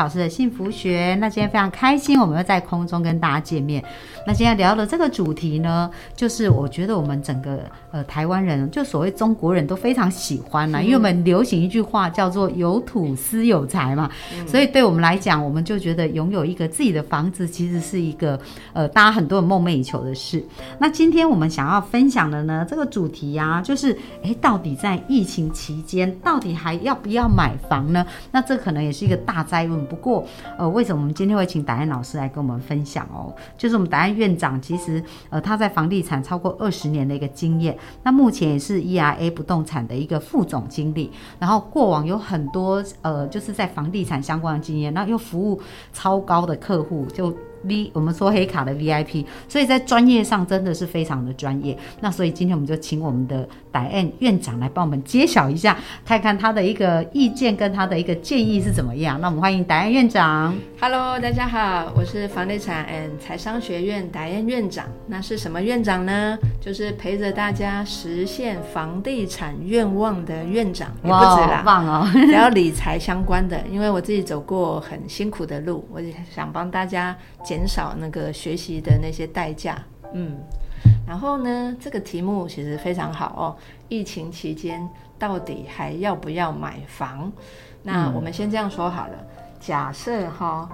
老师的幸福学，那今天非常开心，我们又在空中跟大家见面。那今天聊的这个主题呢，就是我觉得我们整个呃台湾人，就所谓中国人都非常喜欢啊啦，因为我们流行一句话叫做“有土司有财”嘛，所以对我们来讲，我们就觉得拥有一个自己的房子，其实是一个呃大家很多人梦寐以求的事。那今天我们想要分享的呢，这个主题啊，就是诶，到底在疫情期间，到底还要不要买房呢？那这可能也是一个大灾问。不过，呃，为什么我们今天会请达安老师来跟我们分享哦？就是我们达安院长，其实呃他在房地产超过二十年的一个经验，那目前也是 ERA 不动产的一个副总经理，然后过往有很多呃就是在房地产相关的经验，那又服务超高的客户就。V，我们说黑卡的 VIP，所以在专业上真的是非常的专业。那所以今天我们就请我们的戴恩院长来帮我们揭晓一下，看看他的一个意见跟他的一个建议是怎么样。那我们欢迎戴恩院长。 Hello，大家好，我是房地产 and 财商学院达燕院长。那是什么院长呢？就是陪着大家实现房地产愿望的院长，也不止好啦，棒哦！还有理财相关的。因为我自己走过很辛苦的路，我也想帮大家减少那个学习的那些代价。嗯，然后呢，这个题目其实非常好哦。疫情期间到底还要不要买房？那我们先这样说好了，假设哈，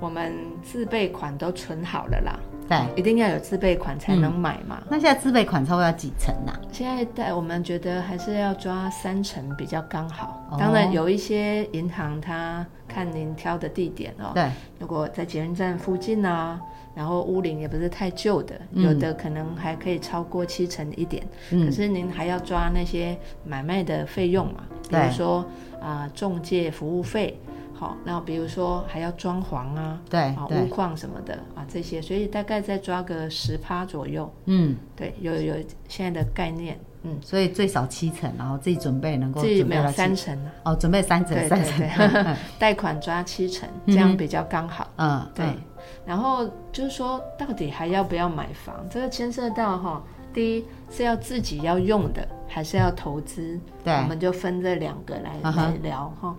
我们自备款都存好了啦，对，一定要有自备款才能买嘛。那现在自备款超过要几成啊呐、现在在我们觉得还是要抓三成比较刚好哦。当然有一些银行它看您挑的地点哦，对，如果在捷运站附近啊，然后屋龄也不是太旧的，嗯有的可能还可以超过七成一点。可嗯，是您还要抓那些买卖的费用嘛，比对如说啊、中介服务费，好，然后比如说还要装潢啊，对啊屋对，况什么的啊这些，所以大概再抓个十趴左右，嗯，对，有有现在的概念，嗯，所以最少七成，然后自己准备能够自己准没备有到七三成啊，哦，准备三成对三对成， 对，贷款抓七成，这样比较刚好。嗯，对，然后就是说，到底还要不要买房？这个牵涉到哈，第一是要自己要用的，还是要投资？对我们就分这两个来、嗯哼来聊哈。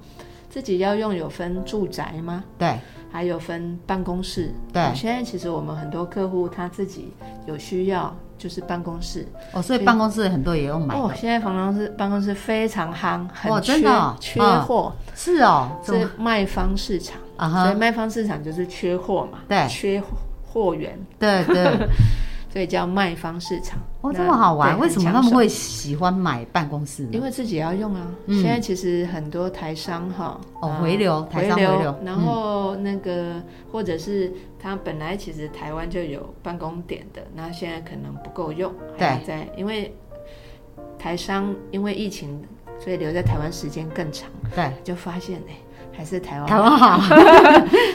自己要用有分住宅吗？对还有分办公室。对啊现在其实我们很多客户他自己有需要，就是办公室。哦，所以办公室很多也有买哦的，，现在房东是办公室非常夯，很缺、哦真的哦缺嗯货，是哦，怎么是卖方市场。啊所哈以，卖方市场就是缺货嘛，对缺货货源。对对。所以叫卖方市场。哦，那这么好玩，对为什么他很抢们手会喜欢买办公室呢？因为自己要用啊，嗯现在其实很多台商哈，哦啊回流台商回流嗯然后那个、或者是他本来其实台湾就有办公点的，那现在可能不够用，对还要在因为台商因为疫情，所以留在台湾时间更长，对，就发现哎、还是台湾台湾好，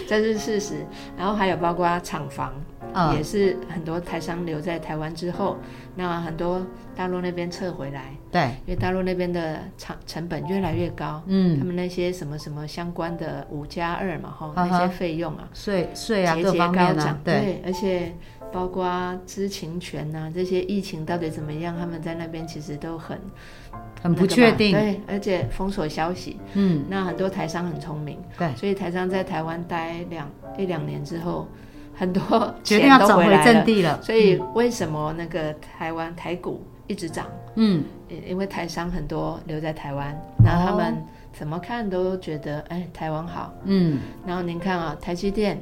这是事实。然后还有包括厂房，嗯也是很多台商留在台湾之后，那很多大陆那边撤回来，对，因为大陆那边的成成本越来越高，嗯，他们那些什么什么相关的五加二嘛，哈，啊哈那些费用啊，税税啊节各节方高面啊涨，，对，而且包括知情权呐、这些疫情到底怎么样，他们在那边其实都很很嗯那不个嘛确定，对，而且封锁消息，嗯，那很多台商很聪嗯明，对，所以台商在台湾待两一两年之后，很多决定要钱都走回回来正了，地了，所以为什么那个台湾台股一直涨？嗯，因因为台商很多留在台湾，哦然后他们怎么看都觉得哎台湾好。嗯，然后您看啊，台积电，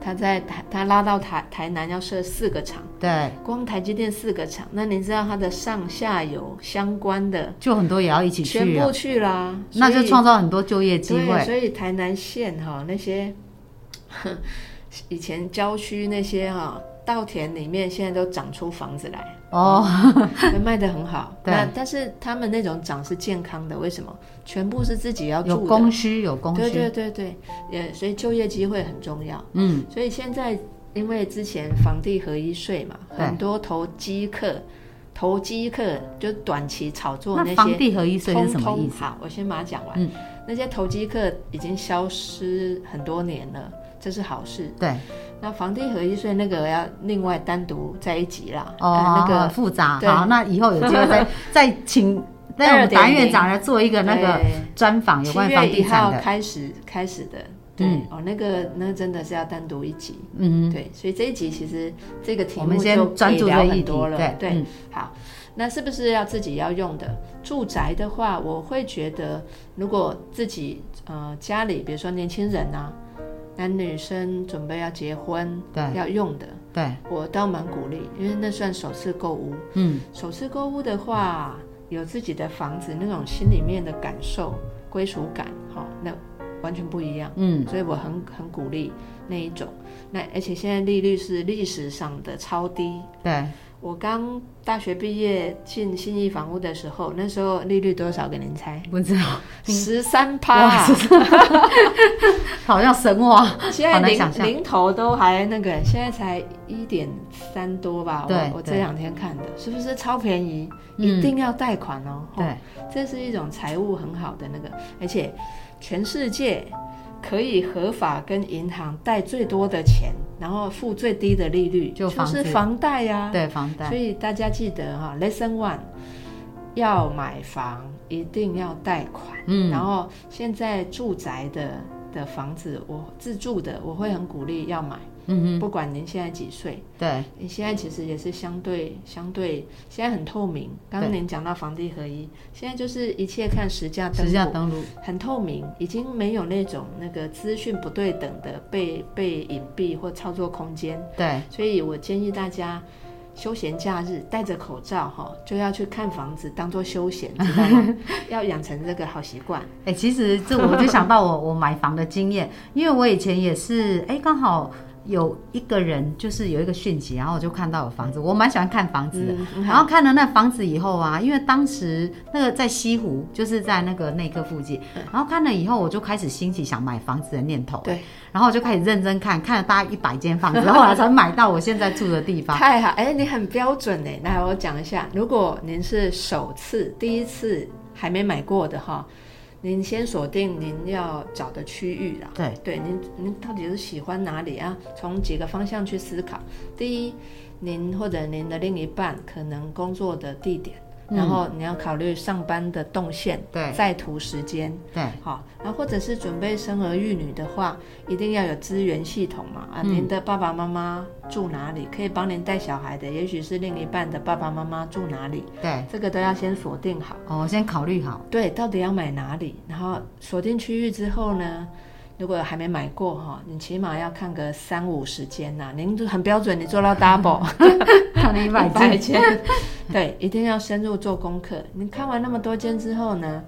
它在台它拉到台台南要设四个厂，对，光台积电四个厂，那您知道它的上下游相关的就很多也要一起全去啊，部去啦，那就所以创造很多就业机对，啊会，所以台南县哈、那些 以前郊区那些哈、稻田里面现在都长出房子来。哦， 对卖的很好。 对那但是他们那种长是健康的，为什么？全部是自己要有住的。供需有供对需，对对对，也所以就业机会很重要。嗯，所以现在因为之前房地合一税嘛，对很多投机客、投机客就短期炒作那些，房地合一税是通什么意通思？好，我先把它讲完。嗯那些投机客已经消失很多年了，这是好事。对，那房地合一税那个要另外单独在一起啦。哦，呃那好个很复杂，对好，那以后有机会 再再请那我们达院长来做一个那个对啊专访有七关月房一地产号的，开始开始的对、哦，那个那个真的是要单独一集，嗯，对，所以这一集其实这个题我目们就先可专以注聊这一很题多了，对嗯好，那是不是要自己要用的住宅的话，我会觉得如果自己呃家里，比如说年轻人啊，男女生准备要结婚，对要用的，对，我倒蛮鼓励，因为那算首次购物，嗯，首次购物的话，有自己的房子，那种心里面的感受、归属感，哈、那完全不一样。嗯，所以我很很鼓励那一种。那而且现在利率是历史上的超低。对，我刚大学毕业进信义房屋的时候，那时候利率多少？给您猜，哎不知道，十三哦哇趴。好像神话， 现好在难零想象零头都还那个，现在才一点三多吧。我对我这对两天看的，是不是超便宜？嗯一定要贷款哦。吼对，这是一种财务很好的那个，而且全世界可以合法跟银行贷最多的钱，然后付最低的利率，就房子是房贷呀、对房贷所，以大家记得哈、l e s s o n one，要买房一定要贷款。嗯然后现在住宅的的房子，我自住的，我会很鼓励要买，嗯不管您现在几岁。哼，对，你现在其实也是相对相对，现在很透明。刚刚对您讲到房地合一，现在就是一切看实价登实价录，登录，很透明，已经没有那种那个资讯不对等的被被隐蔽或操作空间。对，所以我建议大家。休闲假日戴着口罩哈，就要去看房子，当做休闲，知 道吗？要养成这个好习惯。哎、其实这我就想到我我买房的经验，因为我以前也是，哎、刚好有一个人就是有一个讯息，然后我就看到有房子，我蛮喜欢看房子的。嗯，然后看了那房子以后啊，因为当时那个在西湖，就是在那个内科附近，然后看了以后，我就开始兴起想买房子的念头。对，然后我就开始认真看，看了大概一百间房子，后来才买到我现在住的地方。太好，哎，你很标准哎。来，我讲一下，如果您是首次、第一次还没买过的哈，您先锁定您要找的区域啦。 对，对，您您到底是喜欢哪里啊？从几个方向去思考。第一，您或者您的另一半可能工作的地点，嗯然后你要考虑上班的动线，对在途时间。对，好，然后或者是准备生儿育女的话，一定要有资源系统嘛。啊，嗯您的爸爸妈妈住哪里？可以帮您带小孩的，也许是另一半的爸爸妈妈住哪里，对，这个都要先锁定好。哦，我先考虑 好。对，到底要买哪里？然后锁定区域之后呢，如果还没买过哈，你起码要看个三五十间呐、您就很标准，你做到 double。看了一百百百间，间， 对，一定要深入做功课。你看完那么多间之后呢，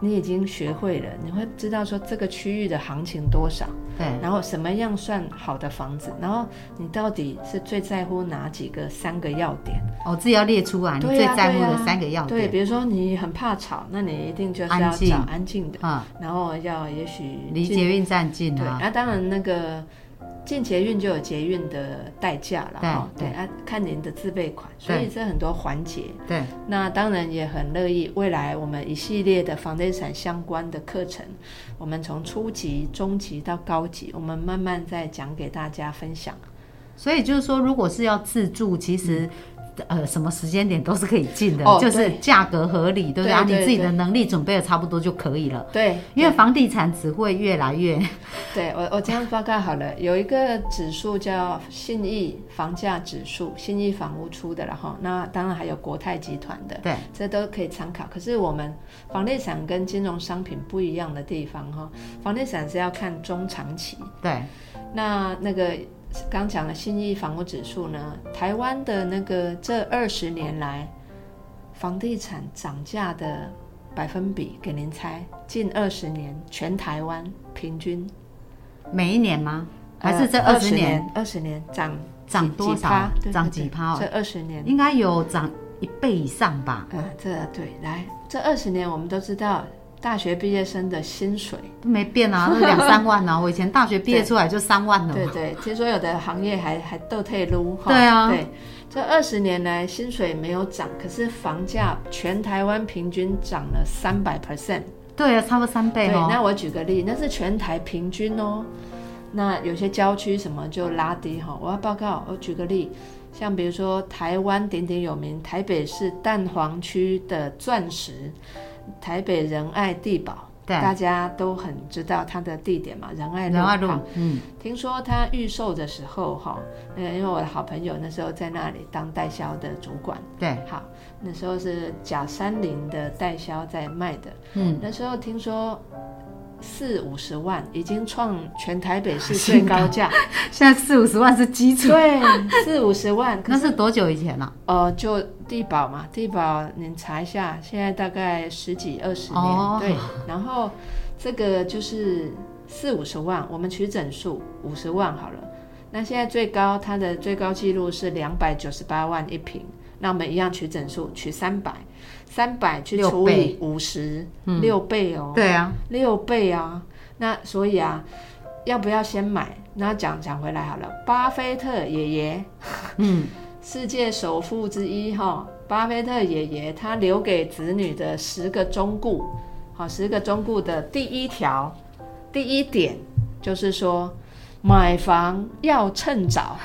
你已经学会了，你会知道说这个区域的行情多少，对，然后什么样算好的房子，然后你到底是最在乎哪几个三个要点？我哦自己要列出来啊你对最呀在乎对呀啊的三个要对，点。比如说你很怕吵，那你一定就是要安静找安静的，啊，然后要也许离近捷运站近对，啊，那、当然那个进捷运就有捷运的代价了对哈。对啊，看您的自备款，所对以这很多环节。对，那当然也很乐意，未来我们一系列的房地产相关的课程，我们从初级、中级到高级，我们慢慢再讲给大家分享。所以就是说，如果是要自住，其实。呃，什么时间点都是可以进的，嗯哦就是对价格合理，对不对对？啊，你对自己对的能力准备的差不多就可以了。对，因为房地产只会越来越对我我这样报告好了，有一个指数叫信义房价指数，信义房屋出的了哈。那当然还有国泰集团的，对，这都可以参考。可是我们房地产跟金融商品不一样的地方哈，房地产是要看中长期，对那那个刚讲的信义房屋指数呢，台湾的那个这二十年来房地产涨价的百分比，给您猜，近二十年全台湾平均每一年吗？还是这呃二二十年？二十年涨涨几多几少趴对对涨对几趴哦这二十年，应该有涨一倍以上吧？嗯，这对来这二十年，我们都知道大学毕业生的薪水。都没变啊，那两三万啊！我以前大学毕业出来就三万了对嘛。对，听说有的行业还还倒退撸哈。对啊对，这二十年来薪水没有涨，可是房价全台湾平均涨了三百 percent。对啊，差不多三倍哦。那我举个例，那是全台平均哦。那有些郊区什么就拉低哈。我要报告，我举个例，像比如说台湾鼎鼎有名台北市蛋黄区的钻石，台北仁爱地堡。对大家都很知道它的地点嘛，仁爱路。仁爱路好，嗯，听说它预售的时候，哈，呃，因为我的好朋友那时候在那里当代销的主管，对，好，那时候是甲三零的代销在卖的，嗯，那时候听说。四五十万已经创全台北市最高价，现在四五十万是基础，对，四五十万。可那是是多久以前了、啊呃，就地保嘛，地保你查一下，现在大概十几二十年，哦对。然后这个就是四五十万，我们取整数五十万好了。那现在最高它的最高记录是两百九十八万一平，那我们一样取整数，取三百，三百去六除以倍嗯五十、六倍哦，对啊，六倍啊。那所以啊，要不要先买？那讲讲回来好了，巴菲特爷爷嗯， 世界首富之一哈，巴菲特爷爷他留给子女的十个忠告，好，十个忠告的第一条，第一点就是说，买房要 趁早，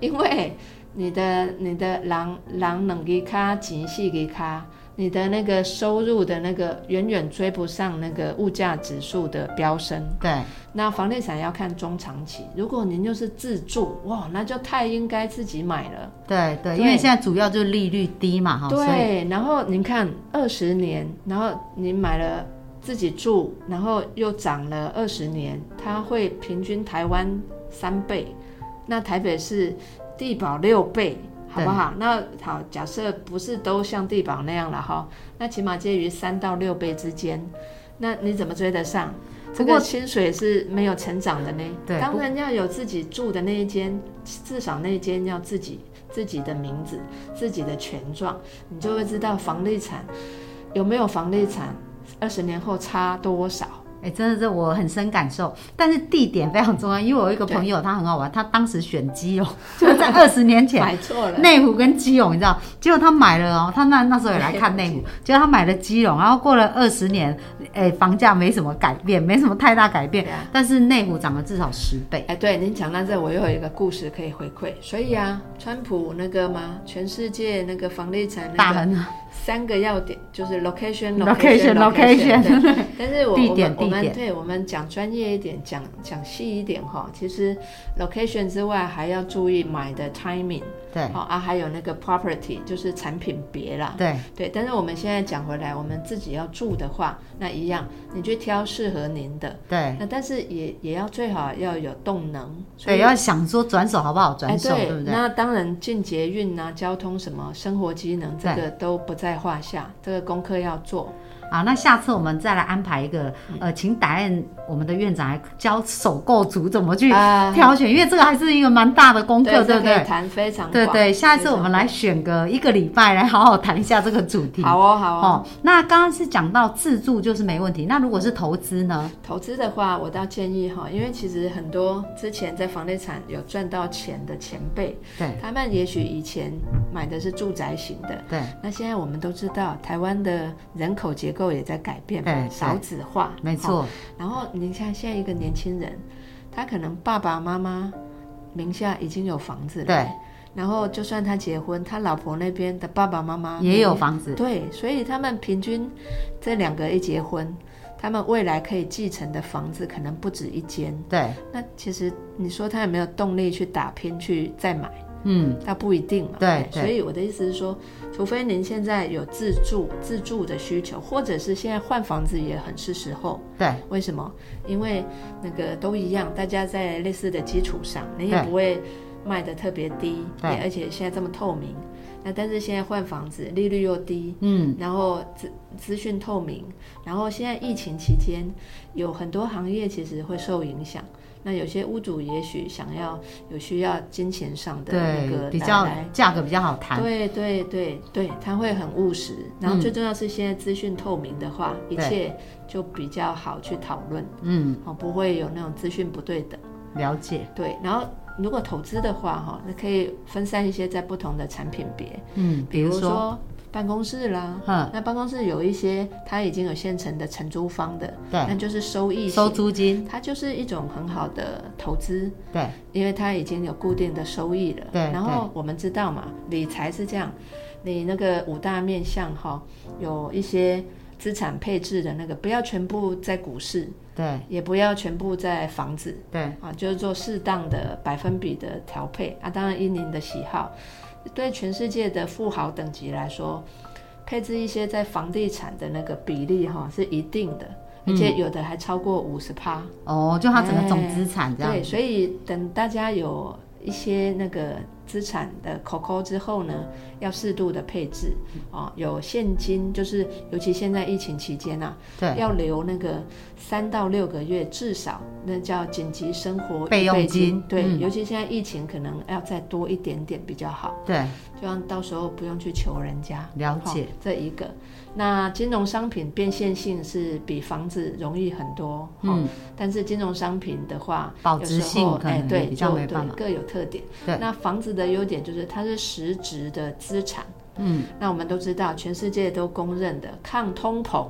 因为你的你的狼狼能给卡钱细给卡，你的那个收入的那个远远追不上那个物价指数的飙升。对，那房地产要看中长期，如果您就是自住，哇，那就太应该自己买了。对对，对因为现在主要就是利率低嘛，哈，所以对，然后您看二十年，然后你买了自己住，然后又涨了二十年，它会平均台湾三倍，那台北是地保六倍。好不好？那好，假设不是都像地保那样了哈，那起码介于三到六倍之间，那你怎么追得上？不这过个薪水是没有成长的呢。对当然要有自己住的那一间，至少那一间要自己自己的名字、自己的权状，你就会知道房地产有没有房地产，二十年后差多少。哎、真的是我很深感受，但是地点非常重要，因为我有一个朋友他很好玩，他当时选基隆，就是在二十年前，买错 了，内湖跟基隆，你知道，结果他买了哦，他那那时候也来看内 湖，结果他买了基隆，然后过了二十年，哎、房价没什么改变，没什么太大改变，对啊但是内湖涨了至少十倍，哎，对，您讲到这，我又有一个故事可以回馈。所以啊，川普那个嘛，全世界那个房地产大那个亨三个要点就是 location Location，location 对但是我地点我地们我们点对我们讲专业一点，讲讲细一点哈。其实 location 之外，还要注意买的 timing，对好啊，还有那个 property，就是产品别啦。对对，但是我们现在讲回来，我们自己要住的话，那一样，你去挑适合您的。对那但是也也要最好要有动能，所以对，要想说转手好不好转哎，手，对不对？那当然，进捷运啊、交通什么、生活机能，这个都不在话下，这个功课要做。啊，那下次我们再来安排一个，嗯呃，请打案我们的院长来教首购族怎么去啊挑选，因为这个还是一个蛮大的功课，对这不可以对？谈非常对广对，下一次我们来选个一个礼拜来好好谈一下这个主非题。常广好哦，好哦。哦，那刚刚是讲到自住就是没问题，那如果是投资呢？投资的话，我倒建议哈，因为其实很多之前在房地产有赚到钱的前辈，对他们也许以前买的是住宅型的，对，那现在我们都知道，台湾的人口结构也在改变对嘛，对少子化，没哦。错，然后你看现在一个年轻人，他可能爸爸妈妈名下已经有房子了，对，然后就算他结婚，他老婆那边的爸爸妈妈也有房子，对，所以他们平均这两个一结婚，他们未来可以继承的房子可能不止一间。对，那其实你说他有没有动力去打拼去再买？嗯，那不一定嘛。对对所以我的意思是说，除非您现在有自住自住的需求，或者是现在换房子也很是时候。对为什么？因为那个都一样，大家在类似的基础上，你也对不会卖的特别低，对也而且现在这么透明。那但是现在换房子利率又低，嗯，然后资资讯透明，然后现在疫情期间有很多行业其实会受影响。那有些屋主也许想要有需要金钱上的那嗯个对，比来较来价格比较好谈，对对对对，他会很务实。然后嗯最重要是现在资讯透明的话，一对切就比较好去讨论，嗯，哦，不会有那种资讯不对等。了解，对，然后如果投资的话，哈，那可以分散一些在不同的产品别，嗯，比如说，说办公室啦，嗯，那办公室有一些它已经有现成的承租方的，对，那就是收益收型，嗯租金，它就是一种很好的投资。对因为它已经有固定的收益了。对然后我们知道嘛，理财是这样，你那个五大面向哈、有一些资产配置的那个，不要全部在股市，对也不要全部在房子对啊，就是做适当的百分比的调配啊。当然，因您的喜好，对全世界的富豪等级来说，配置一些在房地产的那个比例哈、是一定的，而嗯且有的还超过五十趴。哦，就它整个总资产这样，对，所以等大家有一些那个资产的口口之后呢，要适度的配置嗯哦，有现金，就是尤其现在疫情期间啊，对要留那个三到六个月至少，那叫紧急生活备用预金对，嗯尤其现在疫情可能要再多一点点比较好，对，就让到时候不用去求人家。哎了解哦，这一个。那金融商品变现性是比房子容易很多，嗯，但是金融商品的话，保值性有时候可能哎对，比较就没办法对各有特点。对那房子的优点就是它是实质的资产，嗯，那我们都知道，全世界都公认的抗通膨，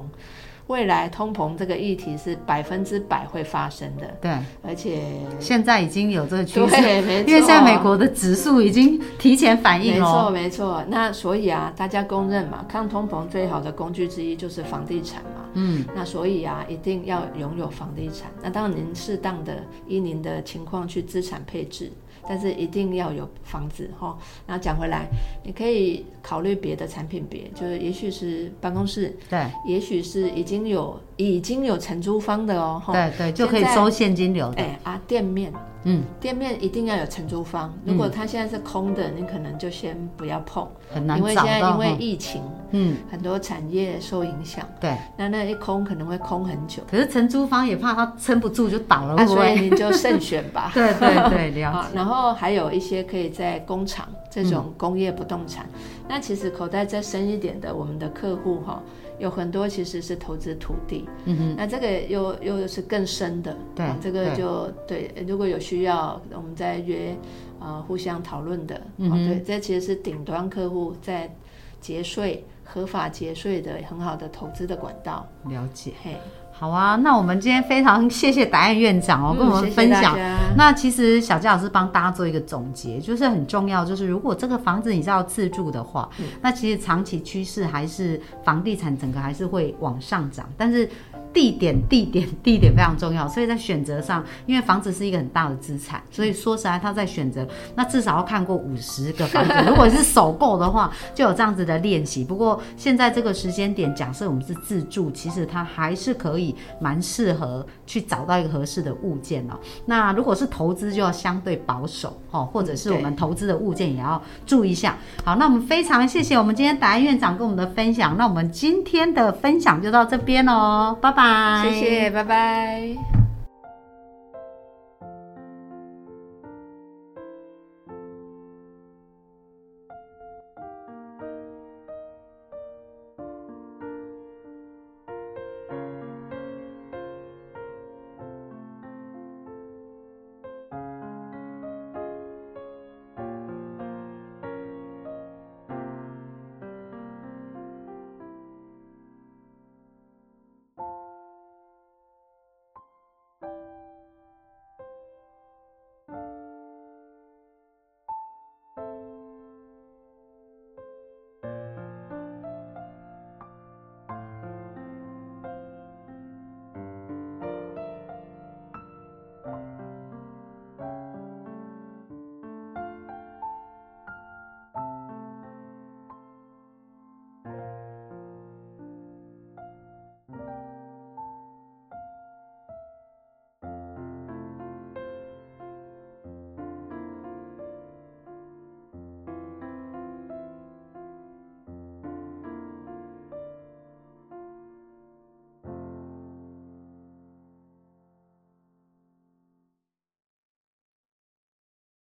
未来通膨这个议题是百分之百会发生的，对，而且现在已经有这个趋势，对，没错，因为现在美国的指数已经提前反没应错，哦，没错。那所以啊，大家公认嘛，抗通膨最好的工具之一就是房地产嘛。嗯，那所以啊，一定要拥有房地产。那当然，您适当的依您的情况去资产配置，但是一定要有房子哈、哦。那讲回来，你可以考虑别的产品别，就是也许是办公室，对也许是已经有已经有承租方的哦。哈对对，就可以现在收现金流的，哎啊，店面，嗯，店面一定要有承租方。如果它现在是空的，你可能就先不要碰。很难因为找现在因到为哈，疫情，嗯，很多产业受影响，对。那那一空可能会空很久，可是承租方也怕他撑不住就倒了，啊、会不所以会？你就慎选吧。对 对对，了好，解。啊然后还有一些可以在工厂这种工业不动产，那其实口袋再深一点的，我们的客户哈、有很多其实是投资土地，嗯哼，那这个又又是更深的，对啊这个就对，如果有需要，我们再约，呃，互相讨论的，嗯哦哼对，这其实是顶端客户在节税、合法节税的很好的投资的管道，了解。嘿，好啊，那我们今天非常谢谢达燕院长哦，跟我嗯们分享。谢谢大家那其实小佳老师帮大家做一个总结，就是很重要，就是如果这个房子你是要自住的话，那其实长期趋势还是房地产整个还是会往上涨，但是地点、地点、地点非常重要，所以在选择上，因为房子是一个很大的资产，所以说实在他在选择，那至少要看过五十个房子，如果是首购的话， 就有这样子的练习。不过现在这个时间点，假设我们是自住，其实它还是可以蛮适合去找到一个合适的物件哦。那如果是投资，就要相对保守哦，或者是我们投资的物件也要注意一下。好，那我们非常谢谢我们今天达院长跟我们的分享，那我们今天的分享就到这边哦，拜拜，谢谢，拜拜。